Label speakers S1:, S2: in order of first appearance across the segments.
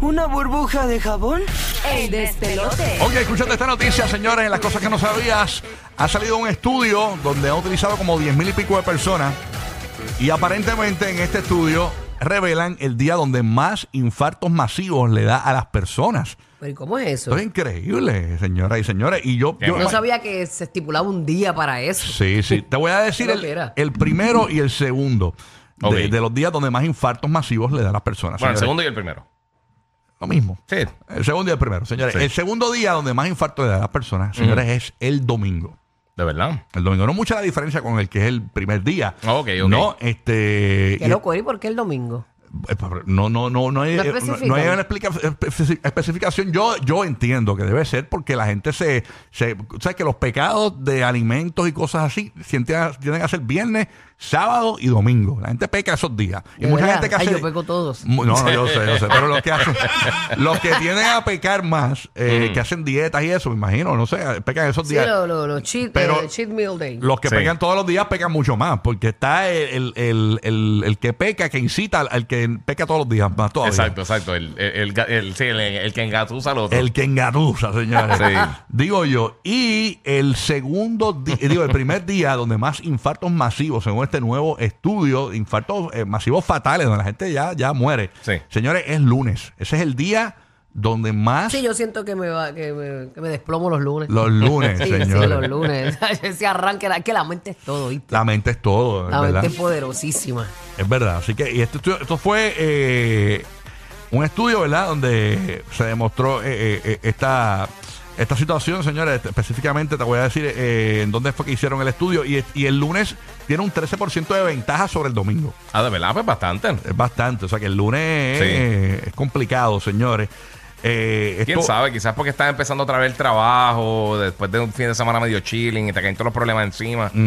S1: ¿Una burbuja de jabón?
S2: Oye, escuchate esta noticia, señores, las cosas que no sabías. Ha salido un estudio donde han utilizado como 10 mil y pico de personas y aparentemente en este estudio revelan el día donde más infartos masivos le da a las personas.
S3: Pero ¿y cómo es eso?
S2: Esto es increíble, señoras y señores. Y yo... yo
S3: No sabía que se estipulaba un día para eso.
S2: Sí, sí. Te voy a decir
S3: Creo
S2: el,
S3: que era.
S2: el primero y el segundo de,
S4: Ok.
S2: de los días donde más infartos masivos le da a las personas.
S4: Bueno, el
S2: señores.
S4: segundo y el primero.
S2: Lo mismo.
S4: Sí.
S2: El segundo y el primero, señores.
S4: Sí.
S2: El segundo día donde más infartos le da a las personas, señores, es el domingo.
S4: De verdad.
S2: El domingo no mucha la diferencia con el que es el primer día.
S4: Ah, ok, ok.
S2: No, este.
S3: Qué
S2: y-
S3: loco, ¿y por qué el domingo?
S2: eh, No, no, no, no hay,
S3: No
S2: eh,
S3: especifican.
S2: no hay una explica- especi- especificación. Yo, yo entiendo que debe ser porque la gente se, se sabes que los pecados de alimentos y cosas así sienten a- tienden a ser viernes, sábado y domingo. La gente peca esos días. Y
S3: ¿De
S2: mucha
S3: verdad?
S2: gente que
S3: Ay,
S2: hace-
S3: yo peco todos.
S2: Mu- No, no, yo sé, yo sé. Pero los que hacen, los que tienden a pecar más, eh,
S4: Mm.
S2: que hacen dietas y eso, me imagino, no sé, pecan esos
S3: Sí,
S2: días.
S3: lo- lo- lo cheat,
S2: Pero-
S3: eh, cheat meal day.
S2: Los que
S4: Sí.
S2: pecan todos los días pecan mucho más, porque está el, el- el- el- el que peca, que incita al, al que peca todos los días más todavía.
S4: Exacto, exacto. El, el, el, ga- el- sí, el- el que engatusa al otro.
S2: El que engatusa, señores.
S4: Sí.
S2: Digo yo. Y el segundo, di- digo, el primer día donde más infartos masivos, según este nuevo estudio, infartos eh, masivos fatales, donde la gente ya, ya muere.
S4: Sí.
S2: Señores, es lunes. Ese es el día donde más...
S3: Sí, yo siento que me, va, que me, que me desplomo los lunes.
S2: Los lunes,
S3: sí, sí,
S2: señores.
S3: los lunes. Ese arranque, la- que la mente es todo, ¿viste?
S2: La mente es todo,
S3: La
S2: ¿verdad?
S3: mente es poderosísima.
S2: Es verdad. Así que, y este estudio- esto fue eh, un estudio, ¿verdad? Donde se demostró eh, eh, eh, esta, esta situación, señores. Este- Específicamente te voy a decir eh, en dónde fue que hicieron el estudio. Y, y el lunes tiene un 13% de ventaja sobre el domingo.
S4: Ah, de verdad, pues bastante.
S2: Es bastante. O sea que el lunes
S4: Sí.
S2: eh, es complicado, señores. Eh,
S4: ¿Quién
S2: esto-
S4: sabe? Quizás porque estás empezando otra vez el trabajo, después de un fin de semana medio chilling y te caen todos los problemas encima. Que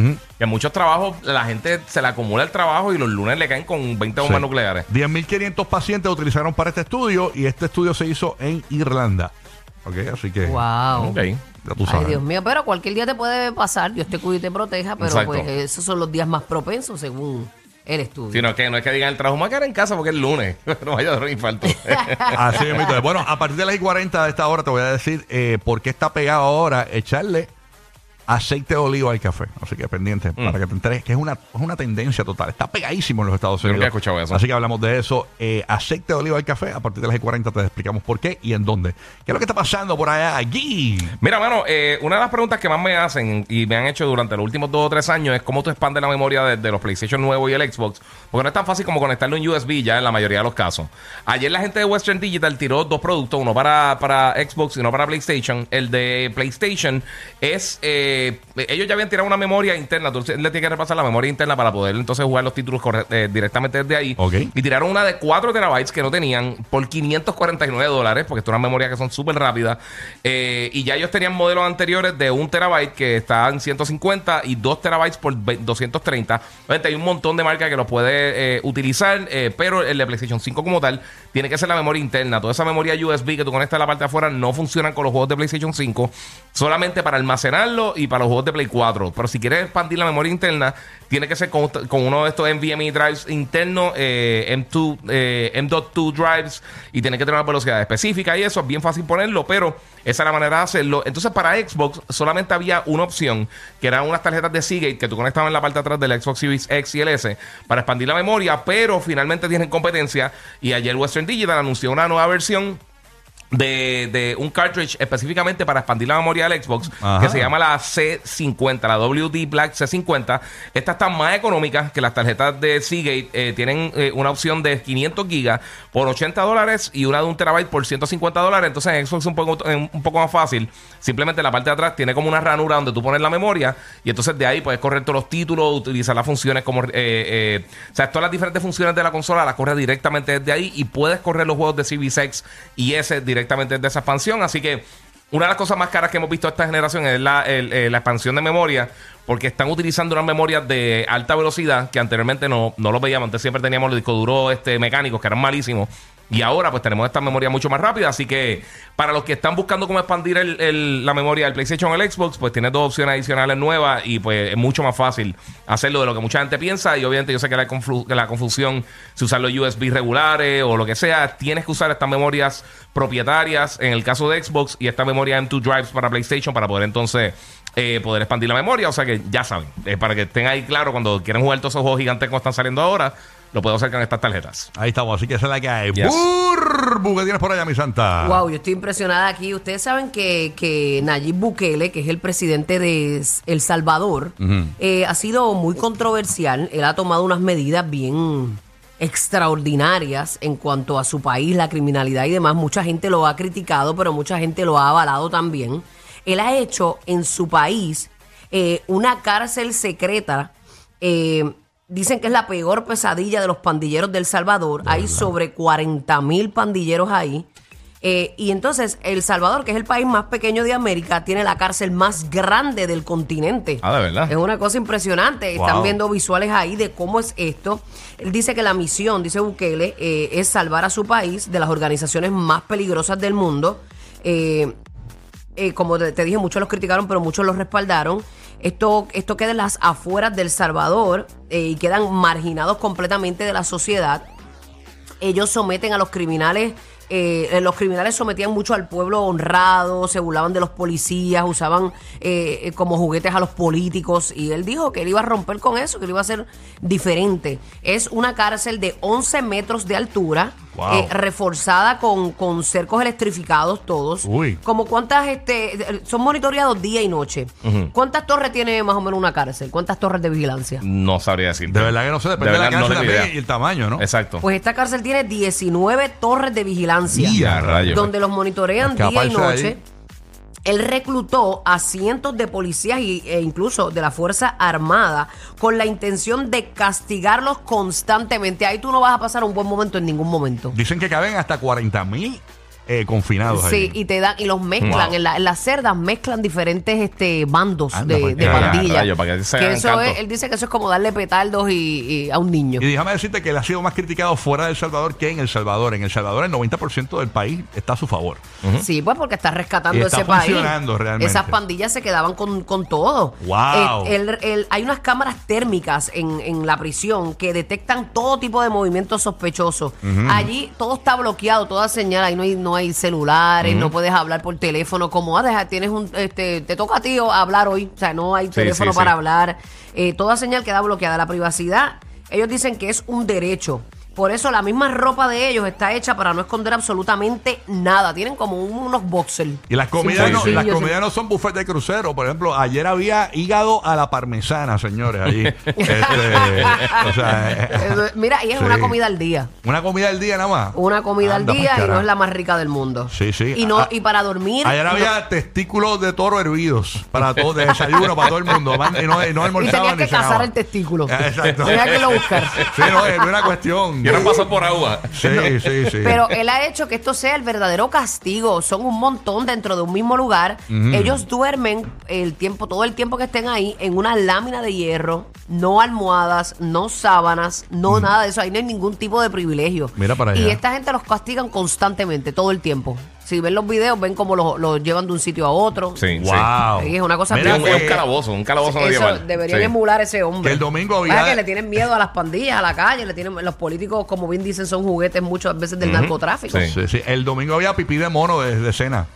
S4: en muchos trabajos la gente se le acumula el trabajo y los lunes le caen con 20 bombas
S2: Sí.
S4: nucleares.
S2: 10.500 pacientes utilizaron para este estudio y este estudio se hizo en Irlanda. ¿Ok? Así que.
S3: Wow.
S4: Ok.
S2: Ya
S3: Ay,
S2: tú sabes.
S3: Dios mío, pero cualquier día te puede pasar. Dios te cuide y te proteja, pero
S4: Exacto.
S3: pues esos son los días más propensos según el estudio.
S4: Si no, es que, no es que digan el trabajo, más que era en casa porque es lunes. no vaya a dar un infarto.
S2: Así es, Mito. Bueno, a partir de las y 40 de esta hora te voy a decir eh, por qué está pegado ahora echarle aceite de oliva al café. Así que
S4: Mm.
S2: pendiente, para que te enteres, que es una, es una tendencia total. Está pegadísimo en los Estados
S4: Yo
S2: Unidos.
S4: nunca he escuchado eso.
S2: Así que hablamos de eso. Eh, aceite de oliva al café, a partir de las y 40 te explicamos por qué y en dónde. ¿Qué es lo que está pasando por allá aquí?
S4: Mira, mano, eh, una de las preguntas que más me hacen y me han hecho durante los últimos dos o tres años es cómo tú expandes la memoria de, de los PlayStation nuevos y el Xbox, porque no es tan fácil como conectarle un USB ya en la mayoría de los casos. Ayer la gente de Western Digital tiró dos productos, uno para, para Xbox y uno para PlayStation. El de PlayStation es, eh, ellos ya habían tirado una memoria interna, tú le tienes que repasar la memoria interna para poder entonces jugar los títulos corre- eh, directamente desde ahí.
S2: Ok.
S4: Y tiraron una de 4 terabytes que no tenían por 549 dólares, porque esto es una memoria que son súper rápidas. Eh, y ya ellos tenían modelos anteriores de 1 terabyte que estaban 150 y 2 terabytes por ve- 230. Obviamente hay un montón de marcas que lo puede eh, utilizar, eh, pero el de PlayStation 5 como tal tiene que ser la memoria interna. Toda esa memoria USB que tú conectas a la parte de afuera no funcionan con los juegos de PlayStation 5, solamente para almacenarlo y para los juegos de Play 4. Pero si quieres expandir la memoria interna, tiene que ser con, con uno de estos NVMe drives internos, eh, M2, eh, M.2 drives, y tiene que tener una velocidad específica y eso. Es bien fácil ponerlo, pero esa es la manera de hacerlo. Entonces, para Xbox solamente había una opción, que eran unas tarjetas de Seagate que tú conectabas en la parte de atrás del Xbox Series X y el S para expandir la memoria, pero finalmente tienen competencia. Y ayer Western Digital anunció una nueva versión de, de un cartridge específicamente para expandir la memoria del Xbox,
S2: Ajá.
S4: que se llama la C50, la WD Black C50. Estas están más económicas que las tarjetas de Seagate. eh, tienen eh, una opción de 500 gigas por 80 dólares y una de un terabyte por 150 dólares. Entonces en Xbox es un poco, eh, un poco más fácil. Simplemente la parte de atrás tiene como una ranura donde tú pones la memoria y entonces de ahí puedes correr todos los títulos, utilizar las funciones como... eh, eh, o sea, todas las diferentes funciones de la consola las corres directamente desde ahí y puedes correr los juegos de CB6 y ese directamente desde esa expansión. Así que una de las cosas más caras que hemos visto esta generación es la, el- eh, la expansión de memoria, porque están utilizando unas memorias de alta velocidad que anteriormente no, no lo veíamos. Antes siempre teníamos los discos duros este, mecánicos que eran malísimos. Y ahora pues tenemos esta memoria mucho más rápida. Así que para los que están buscando cómo expandir el- el- la memoria del PlayStation o el Xbox, pues tienes dos opciones adicionales nuevas y pues es mucho más fácil hacerlo de lo que mucha gente piensa. Y obviamente yo sé que la, conflu- que la confusión, si usar los USB regulares o lo que sea, tienes que usar estas memorias propietarias en el caso de Xbox y esta memoria M2 Drives para PlayStation para poder entonces eh, poder expandir la memoria. O sea que ya saben, eh, para que estén ahí claro cuando quieren jugar todos esos juegos gigantes como están saliendo ahora, lo puedo hacer con estas tarjetas.
S2: Ahí estamos, así que esa es la que hay.
S4: Yes.
S2: Burbu, ¿qué tienes por allá, mi santa?
S3: Wow, yo estoy impresionada aquí. Ustedes saben que, que Nayib Bukele, que es el presidente de S- El Salvador, eh, ha sido muy controversial. Él ha tomado unas medidas bien extraordinarias en cuanto a su país, la criminalidad y demás. Mucha gente lo ha criticado, pero mucha gente lo ha avalado también. Él ha hecho en su país eh, una cárcel secreta. eh, dicen que es la peor pesadilla de los pandilleros del Salvador. Hay sobre 40 mil pandilleros ahí. Eh, y entonces El Salvador, que es el país más pequeño de América, tiene la cárcel más grande del continente.
S4: Ah, de verdad.
S3: Es una cosa impresionante.
S2: Wow.
S3: Están viendo visuales ahí de cómo es esto. Él dice que la misión, dice Bukele, eh, es salvar a su país de las organizaciones más peligrosas del mundo. Eh, eh, como te te dije, muchos los criticaron, pero muchos los respaldaron. Esto, esto queda en las afueras del Salvador eh, y quedan marginados completamente de la sociedad ellos someten a los criminales. eh, eh, los criminales sometían mucho al pueblo honrado, se burlaban de los policías, usaban eh, eh, como juguetes a los políticos y él dijo que él iba a romper con eso, que él iba a ser diferente. Es una cárcel de 11 metros de altura,
S2: Wow.
S3: eh, reforzada con, con cercos electrificados todos.
S2: Uy.
S3: Como cuántas, este, son monitoreados día y noche. ¿Cuántas torres tiene más o menos una cárcel? ¿Cuántas torres de vigilancia?
S4: No sabría decir.
S2: De verdad que no sé, depende de, la cárcel también y el tamaño, ¿no?
S4: Exacto.
S3: Pues esta cárcel tiene 19 torres de vigilancia.
S2: Y
S4: Ya, rayos.
S3: donde los monitorean día y
S2: Escaparse de
S3: noche.
S2: ahí.
S3: Él reclutó a cientos de policías y- e incluso de la Fuerza Armada con la intención de castigarlos constantemente. Ahí tú no vas a pasar un buen momento en ningún momento.
S2: Dicen que caben hasta 40 mil eh, confinados.
S3: Sí,
S2: ahí.
S3: y te dan, y los mezclan,
S4: Wow.
S3: en, la- en las cerdas mezclan diferentes este bandos
S2: Anda,
S3: de,
S2: pues,
S3: de
S2: ya,
S3: pandillas.
S4: rayo, para que se hagan
S3: eso es,
S4: canto.
S3: él dice que eso es como darle petardos y, y a un niño.
S2: Y déjame decirte que él ha sido más criticado fuera de El Salvador que en El Salvador. En El Salvador el 90% del país está a su favor.
S3: Sí, pues porque está rescatando
S2: Y está
S3: ese país.
S2: funcionando realmente.
S3: Esas pandillas se quedaban con, con todo.
S2: Wow.
S3: Eh, el- el- hay unas cámaras térmicas en, en la prisión que detectan todo tipo de movimientos sospechosos. Allí todo está bloqueado, toda señal. Ahí no hay, no hay celulares, no puedes hablar por teléfono. Como, ah, deja- tienes un, este, te toca a ti hablar hoy. O sea, no hay
S4: Sí,
S3: teléfono
S4: sí,
S3: para
S4: sí.
S3: hablar. Eh, toda señal queda bloqueada. La privacidad, ellos dicen que es un derecho. Por eso la misma ropa de ellos está hecha para no esconder absolutamente nada. Tienen como un- unos boxers.
S2: Y las comidas,
S4: Sí,
S2: no,
S4: sí,
S2: las
S3: yo sé.
S2: comidas no son buffet de crucero. Por ejemplo, ayer había hígado a la parmesana, señores, allí. Este, o sea, eh,
S3: Eso es- Mira, y es
S2: Sí.
S3: una comida al día.
S2: una comida al día nada más.
S3: Una comida
S2: Anda
S3: al
S2: pa'l
S3: día y no
S2: carajo.
S3: es la más rica del mundo.
S2: Sí, sí.
S3: Y, no,
S2: Ah,
S3: y para dormir.
S2: Ayer
S3: no-
S2: había testículos de toro hervidos para todo, de desayuno para todo el mundo. Man, Y no, y no
S3: y tenías
S2: almorzaban
S3: que
S2: ni cenaban.
S3: cazar el testículo.
S2: Ah, Exacto.
S3: Tenía que lo buscar.
S2: Sí, no, es una cuestión.
S3: eh,
S4: Y ahora pasó por agua.
S2: Sí, sí, sí.
S3: Pero él ha hecho que esto sea el verdadero castigo. Son un montón dentro de un mismo lugar. Ellos duermen el tiempo, todo el tiempo que estén ahí, en una lámina de hierro, no almohadas, no sábanas, no nada de eso. Ahí no hay ningún tipo de privilegio.
S2: Mira para
S3: Y
S2: allá.
S3: esta gente los castigan constantemente, todo el tiempo. Si ven los videos, ven cómo los, los llevan de un sitio a otro.
S4: Sí,
S2: wow.
S3: Sí, es una cosa
S4: Es
S2: Mira, eh,
S4: un,
S2: que-
S4: es un calabozo, un calabozo
S3: Eso
S4: medieval.
S3: deberían
S4: Sí.
S3: emular ese hombre.
S2: Que el domingo
S3: Vaya
S2: había-
S3: que le tienen miedo a las pandillas, a la calle, le tienen los políticos, como bien dicen, son juguetes muchas veces del narcotráfico.
S4: Sí.
S2: Sí, sí. El domingo había pipí de mono de, de cena.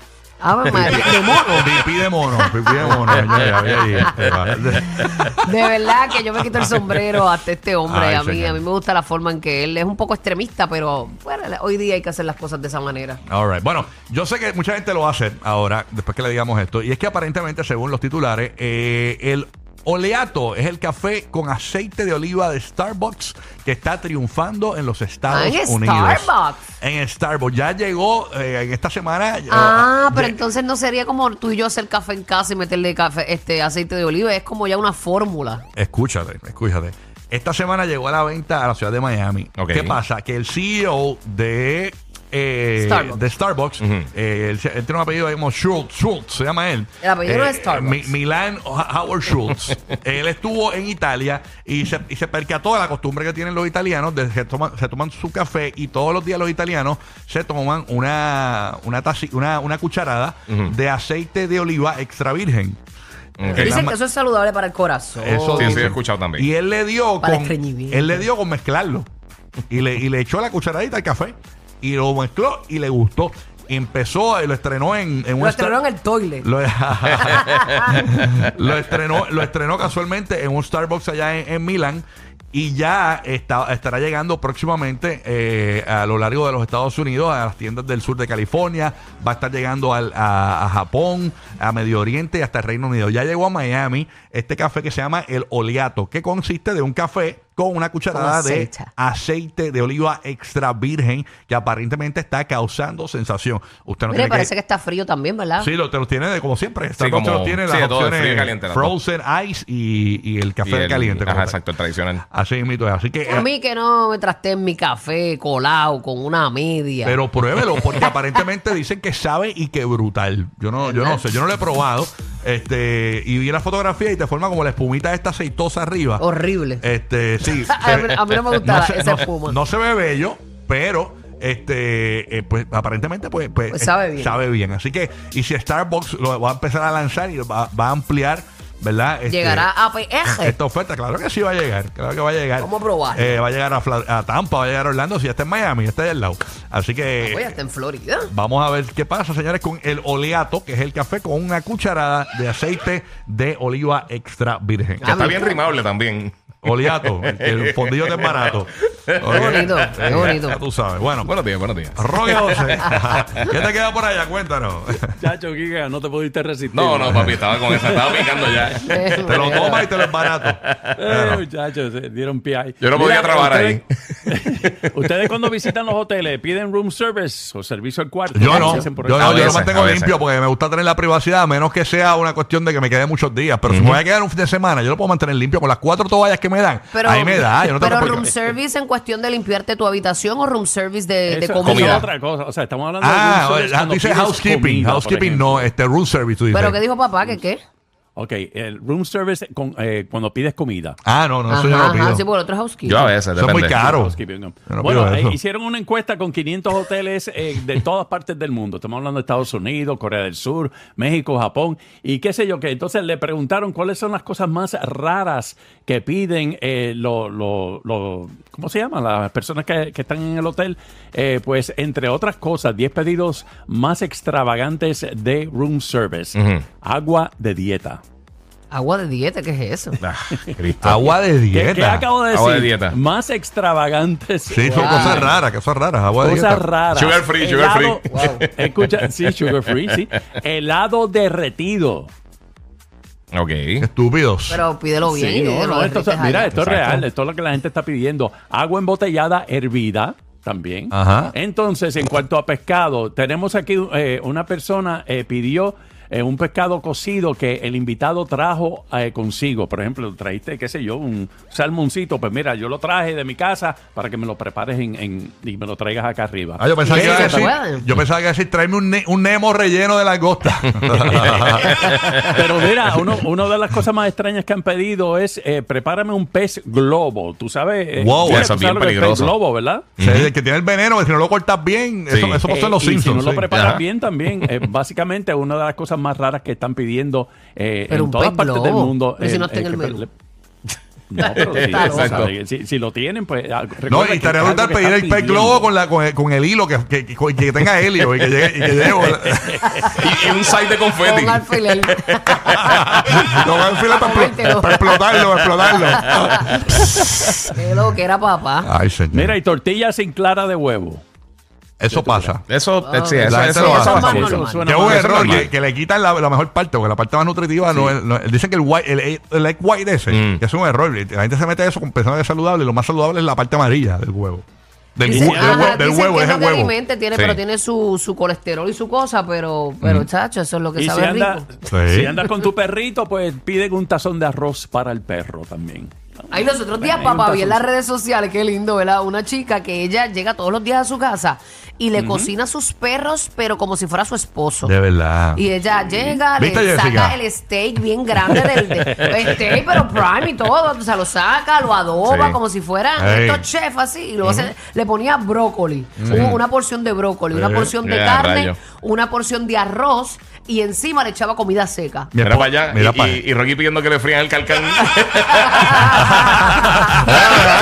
S3: Ave María, Ah, pues, de mono.
S2: Pipí de mono, pipí de mono, señores. había ahí, este, va.
S3: De verdad que yo me quito el sombrero ante este hombre.
S2: Ay,
S3: a mí,
S2: señor.
S3: a mí me gusta la forma en que él es un poco extremista, pero bueno, hoy día hay que hacer las cosas de esa manera.
S2: All right. Bueno, yo sé que mucha gente lo hace ahora, después que le digamos esto, y es que aparentemente, según los titulares, eh, el oleato es el café con aceite de oliva de Starbucks que está triunfando en los Estados
S3: Ah, en
S2: Unidos.
S3: Starbucks.
S2: En Starbucks. Ya llegó eh, en esta semana. eh,
S3: Ah, pero
S2: lle-
S3: entonces no sería como tú y yo hacer café en casa y meterle café, este aceite de oliva, es como ya una fórmula.
S2: Escúchate, escúchate. Esta semana llegó a la venta a la ciudad de Miami.
S4: Ok.
S2: ¿Qué pasa? Que el CEO de, eh,
S3: Starbucks.
S2: de Starbucks, eh, él, se- él tiene un apellido ahí como Schultz, Schultz se llama él.
S3: El apellido
S2: Eh,
S3: de Starbucks.
S2: Mi- Milan Ho- Howard Schultz. él estuvo en Italia y se, y se percató de la costumbre que tienen los italianos de que toman- se toman su café y todos los días los italianos se toman una, una, taci- una, una cucharada de aceite de oliva extra virgen.
S4: Ok.
S2: Que la
S3: Dicen
S2: ma-
S3: que eso es saludable para el corazón.
S2: eso
S4: Sí, sí,
S2: dicen.
S4: he escuchado también.
S2: Y él le dio
S3: Para
S2: con,
S3: estreñimiento.
S2: él le dio con mezclarlo. Y le, y le echó la cucharadita al café. Y lo mezcló y le gustó. Y empezó, y lo estrenó en, en un
S3: Lo estrenaron
S2: Star-
S3: en el toilet.
S2: lo, lo estrenó, lo estrenó casualmente en un Starbucks allá en, en Milán. Y ya está- estará llegando próximamente eh, a lo largo de los Estados Unidos, a las tiendas del sur de California, va a estar llegando al- a, a Japón, a Medio Oriente y hasta el Reino Unido. Ya llegó a Miami este café que se llama el Oleato, que consiste de un café con una cucharada de
S3: aceite.
S2: aceite de oliva extra virgen que aparentemente está causando sensación. Usted no
S3: Mire,
S2: tiene que-
S3: parece que está frío también, ¿verdad?
S2: Sí, lo, te los tiene de- como siempre. Starbucks te
S4: como-
S2: los tiene
S4: sí,
S2: las
S4: de todo, de
S2: opciones
S4: frío y caliente, las dos.
S2: Frozen Ice y, y el café
S4: Y
S2: de
S4: el-
S2: caliente. como
S4: Ajá,
S2: tal.
S4: exacto, el tradicional.
S2: Así mismo es. Así que,
S3: A
S2: eh,
S3: mí que no me trasté en mi café colado con una media.
S2: pero pruébelo, porque aparentemente dicen que sabe y que brutal. Yo no, yo no sé, yo no lo he probado. Este, y vi la fotografía y te forma como la espumita esta aceitosa arriba.
S3: Horrible.
S2: Este, sí.
S3: A mí- a mí no me gustaba esa
S2: no,
S3: espuma.
S2: no se ve bello, pero este, eh, pues aparentemente pues, pues,
S3: Pues
S2: eh,
S3: sabe bien.
S2: Sabe bien. Así que, y si Starbucks lo va a empezar a lanzar y va, va a ampliar, ¿verdad? Este,
S3: Llegará a PG.
S2: Esta oferta, claro que sí va a llegar, claro que va a llegar.
S3: Vamos a probarlo.
S2: Eh, va a llegar a, Fla- a Tampa, va a llegar a Orlando, si ya está en Miami, ya está ahí al lado. Así que
S3: Voy hasta en Florida.
S2: Vamos a ver qué pasa, señores, con el oleato, que es el café con una cucharada de aceite de oliva extra virgen.
S4: Que está
S3: Ah,
S4: bien
S3: mira.
S4: rimable también.
S2: Oleato, el, el fondillo de barato. Qué
S3: bonito, qué bonito.
S2: Tú sabes. Bueno,
S4: Buenos días, buenos días.
S2: Roque José, ¿qué te queda por allá? Cuéntanos.
S1: Chacho, Giga, no te pudiste resistir.
S4: No, no, papi, estaba con esa, estaba picando ya.
S2: Te lo tomas y te lo es
S1: Eh,
S2: barato.
S1: muchachos, se dieron pie ahí.
S4: Yo no podía trabajar ahí.
S1: ahí. Ustedes cuando visitan los hoteles piden room service o servicio al cuarto.
S2: Yo
S1: ¿Qué
S2: no, yo
S1: hacen por
S2: no,
S1: ahí?
S4: A
S2: yo lo
S4: veces, a
S2: mantengo
S4: veces.
S2: limpio porque me gusta tener la privacidad, a menos que sea una cuestión de que me quede muchos días. Pero si me voy a quedar un fin de semana, yo lo puedo mantener limpio con las cuatro toallas que me dan. ahí me da, yo no tengo
S3: pero
S2: por qué-
S3: room service en cuestión de limpiarte tu habitación o room service de,
S1: Eso-
S3: de
S1: eso
S3: comida.
S1: es otra cosa. O sea, estamos hablando de
S2: Ah,
S1: room service
S2: ah,
S1: cuando
S2: dice
S1: pides
S2: housekeeping.
S1: comida, por
S2: housekeeping
S1: ejemplo.
S2: no, este room service tú dices.
S3: Pero ¿qué dijo papá? ¿Que qué?
S1: Ok, el room service con, eh, cuando pides comida.
S2: Ah, no, no, eso yo no
S3: Ajá,
S2: lo pido.
S3: sí, pues. por otro es housekeeping.
S4: Yo a veces,
S2: Eso es
S4: depende.
S2: muy caro.
S1: Housekeeping, no.
S2: Yo no
S1: bueno,
S2: pido
S1: eh,
S2: eso.
S1: hicieron una encuesta con 500 hoteles eh, de todas partes del mundo. Estamos hablando de Estados Unidos, Corea del Sur, México, Japón y qué sé yo qué. Entonces le preguntaron cuáles son las cosas más raras que piden eh, lo- lo- lo- ¿cómo se llama? Las personas que, que están en el hotel. Eh, pues entre otras cosas, 10 pedidos más extravagantes de room service. Agua de dieta.
S3: Agua de dieta, ¿qué es eso?
S4: Ah, Cristo.
S2: Agua de
S1: ¿Qué, qué
S2: dieta.
S1: acabo de decir?
S4: Agua de dieta.
S1: Más extravagantes.
S2: Sí, son
S1: Wow.
S2: cosas raras, que son raras. Agua de dieta.
S1: Cosas raras.
S4: Sugar free, sugar
S1: Helado-
S4: free.
S1: Wow. Escucha, sí, sugar free, sí. Helado derretido.
S4: Ok.
S2: Estúpidos.
S3: Pero pídelo bien.
S1: sí,
S3: y
S1: no,
S3: lo
S1: no, esto,
S3: derrites ahí.
S1: mira, esto es
S4: Exacto.
S1: real, esto es lo que la gente está pidiendo. Agua embotellada hervida también.
S2: Ajá.
S1: Entonces, en cuanto a pescado, tenemos aquí eh, una persona eh, pidió eh, un pescado cocido que el invitado trajo eh, consigo. Por ejemplo, trajiste, qué sé yo, un salmoncito. Pues mira, yo lo traje de mi casa para que me lo prepares en, en- y me lo traigas acá arriba.
S2: Ah, yo pensaba
S3: Sí,
S2: que iba a
S3: se
S2: decir,
S3: puede.
S2: yo pensaba que iba a decir, tráeme un, ne- un Nemo relleno de langosta.
S1: Pero mira, uno, una de las cosas más extrañas que han pedido es eh, prepárame un pez globo. Tú sabes, eh,
S2: Wow,
S1: mira,
S4: eso
S1: tú
S4: es bien
S1: sabes lo que
S4: peligroso.
S1: pez globo, ¿verdad?
S2: O sea, el que tiene el veneno, que si no lo cortas bien, eso,
S4: Sí.
S2: eso pasó en los
S1: Eh, y
S2: Simpsons.
S1: Si no
S2: sí.
S1: lo preparas
S4: Ajá.
S1: bien también, eh, básicamente una de las cosas más raras que están pidiendo eh,
S3: Pero
S1: en
S3: un
S1: todas
S3: pez
S1: partes del
S3: globo.
S1: mundo.
S3: Pero si
S1: eh,
S3: no está
S1: eh,
S3: en el
S1: que
S3: menú.
S1: le- No, pero sí,
S3: Está
S1: o sea,
S4: loco.
S1: si, si lo tienen, pues. ah,
S2: No,
S1: recuerda
S2: y
S1: que
S2: estaría
S1: es algo
S2: brutal
S1: que
S2: pedir
S1: estás
S2: el pez
S1: pidiendo.
S2: globo con, la, con, con el hilo que, que, que, que tenga helio y que llegue. Y que llegue
S4: Y, y un site de confeti.
S3: Con alfiler.
S2: lo van a enfilar para, explo- para explotarlo, para explotarlo.
S3: Qué lo que era papá.
S2: Ay, señor.
S1: Mira, y tortillas sin clara de huevo.
S2: eso pasa.
S4: Eso,
S2: Ah,
S4: eh, sí,
S3: Ah, La
S4: eso,
S2: gente
S4: eso,
S2: lo
S4: eso
S2: hace.
S4: pasa
S3: Más
S4: mucho.
S3: normal.
S2: Que es
S1: mal.
S2: un
S4: eso es
S2: error
S4: normal.
S2: que, que le quitan la, la mejor parte, porque la parte más nutritiva no es. no es- dicen que el white, el, el egg white ese,
S4: Mm.
S2: que es un error. La gente se mete eso con pensando que es saludable. y Lo más saludable es la parte amarilla del huevo. Del,
S3: Dicen,
S2: hue- del
S3: ajá,
S2: hue- del
S3: ah, dicen
S2: huevo,
S3: que
S2: es
S3: no
S2: el
S3: te
S2: huevo.
S3: alimente, tiene,
S4: Sí.
S3: pero tiene su, su colesterol y su cosa, pero, pero chacho, eso es lo que
S1: Y si
S3: sabe
S1: andas
S3: rico.
S2: Sí.
S1: si andas con tu perrito, pues piden un tazón de arroz para el perro también.
S3: Ahí los otros días,
S1: Hay un
S3: papá, vi en
S1: tazón.
S3: las redes sociales, qué lindo, ¿verdad? Una chica que ella llega todos los días a su casa y le cocina a sus perros, pero como si fuera su esposo.
S2: De verdad.
S3: Y ella llega,
S2: Ah, ¿Viste,
S3: le
S2: Jessica?
S3: saca el steak bien grande del de- steak, pero prime y todo. O sea, lo saca, lo adoba
S2: Sí.
S3: como si fueran
S2: Ey.
S3: estos chefs así. Y luego se- le ponía brócoli, un- una porción de brócoli, una
S4: Eh,
S3: porción de
S4: eh,
S3: carne,
S4: rayo.
S3: una porción de arroz y encima le echaba comida seca.
S2: Mi
S4: Mira
S2: esposa-
S4: para allá.
S2: Mira
S4: y,
S2: para
S4: y- y Rocky pidiendo que le frían el calcán.
S2: Ah,